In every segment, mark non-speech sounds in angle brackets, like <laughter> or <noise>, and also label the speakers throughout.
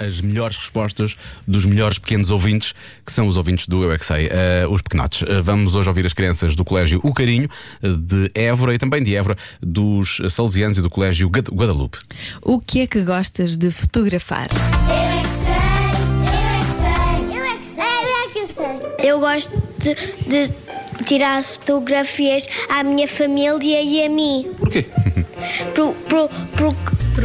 Speaker 1: as melhores respostas dos melhores pequenos ouvintes, que são os ouvintes do Eu É Que Sei, eh, os pequenotes. Eh, vamos hoje ouvir as crianças do Colégio O Carinho, eh, de Évora e também de Évora, dos Salesianos e do Colégio Guad- Guadalupe.
Speaker 2: O que é que gostas de fotografar?
Speaker 3: Eu gosto de, de tirar fotografias à minha família e a mim.
Speaker 1: Porquê?
Speaker 3: Pro, pro, pro,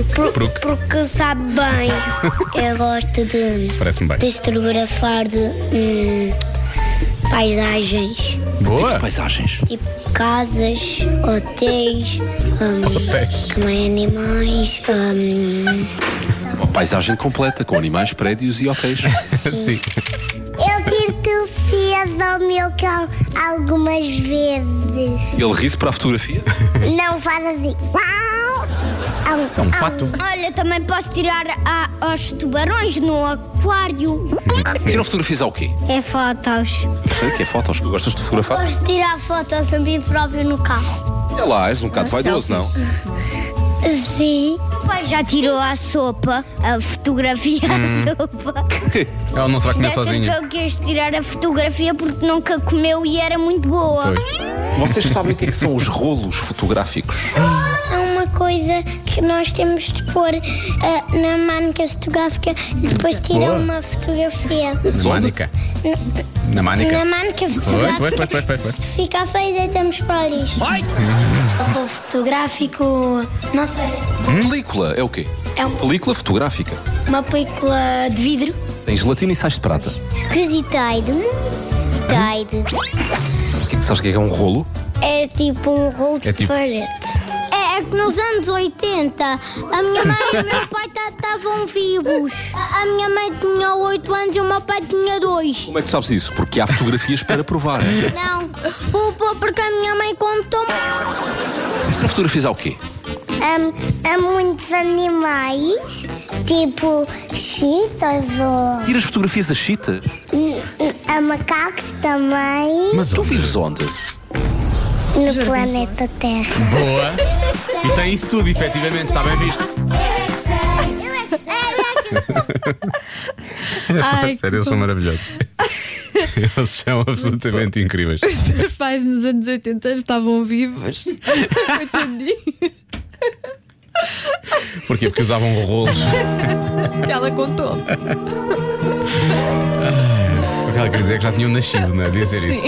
Speaker 3: pro-
Speaker 1: Porque.
Speaker 3: porque sabe bem. Eu gosto de,
Speaker 1: <laughs> Parece-me bem.
Speaker 3: fotografar de hum, paisagens.
Speaker 4: Ah.
Speaker 1: Boa!
Speaker 4: Paisagens.
Speaker 3: Tipo casas, hotéis,
Speaker 1: Hotéis.
Speaker 3: também animais. hum.
Speaker 4: Uma paisagem completa, com animais, prédios e hotéis. <laughs>
Speaker 1: <laughs> Sim.
Speaker 3: Eu tiro fias ao um meu cão algumas vezes.
Speaker 4: Ele ri-se para a fotografia.
Speaker 3: Não faz assim.
Speaker 1: é um pato.
Speaker 3: Olha, também posso tirar a, aos tubarões no aquário.
Speaker 1: Hum.
Speaker 4: Tiram fotografias ao quê?
Speaker 3: É fotos.
Speaker 4: Sei que é fotos. Gostas de fotografar?
Speaker 3: Posso tirar fotos a mim próprio no carro.
Speaker 4: É lá, és um bocado vaidoso, não?
Speaker 3: Sim. O pai já tirou a sopa, a fotografia à sopa.
Speaker 4: Porquê?
Speaker 1: Ela não se vai comer
Speaker 3: Dessa que
Speaker 1: Hum. sozinha.
Speaker 3: eu quis tirar a fotografia porque nunca comeu e era muito boa.
Speaker 4: Vocês sabem o que é que são os rolos fotográficos?
Speaker 3: É uma coisa que nós temos de pôr eh, na manca fotográfica e depois tirar
Speaker 1: Boa.
Speaker 3: uma fotografia.
Speaker 1: Na Mânica. Na
Speaker 3: Na
Speaker 1: Mânica.
Speaker 3: manca
Speaker 1: Pois, pois, pois, pois,
Speaker 3: fotográfica,
Speaker 1: pois.
Speaker 3: se ficar feio, deitamos para o lixo. Rolo fotográfico, não sei,
Speaker 4: Película é o quê?
Speaker 3: É um-
Speaker 4: Película fotográfica.
Speaker 3: uma película de vidro.
Speaker 4: Tem gelatina e sais de prata.
Speaker 3: Esquisitoide. Esquisitoide.
Speaker 4: Mas o que é que- sabes o que é que é um rolo?
Speaker 3: É tipo um rolo de
Speaker 1: É tipo-
Speaker 3: parede. É, é que nos anos 80 a minha mãe e o meu pai ta- estavam vivos. A, a minha mãe tinha 8 anos e o meu pai tinha 2.
Speaker 4: Como é que tu sabes isso? Porque há fotografias para <laughs> provar. hein?
Speaker 3: Não, culpa porque a minha mãe contou
Speaker 4: Vocês tiram fotografias ao quê?
Speaker 3: a, muitos animais, tipo chitas ou
Speaker 4: Tiras fotografias a chita?
Speaker 3: a macacos também
Speaker 1: Mas
Speaker 4: Tu vives onde?
Speaker 3: no planeta Terra.
Speaker 1: Boa! E tem isso tudo, efetivamente, está bem
Speaker 3: <laughs>
Speaker 1: visto.
Speaker 3: Eu é que sei, eu é que sei.
Speaker 1: A sério, eles são maravilhosos. Eles são absolutamente incríveis.
Speaker 2: Os <laughs> meus pais nos anos 80 estavam <laughs> vivos. Coitadinho.
Speaker 1: Porquê? Porque usavam rolos.
Speaker 2: Ela contou.
Speaker 1: O que ela quer dizer é que já tinham nascido, não é? Dizer isso.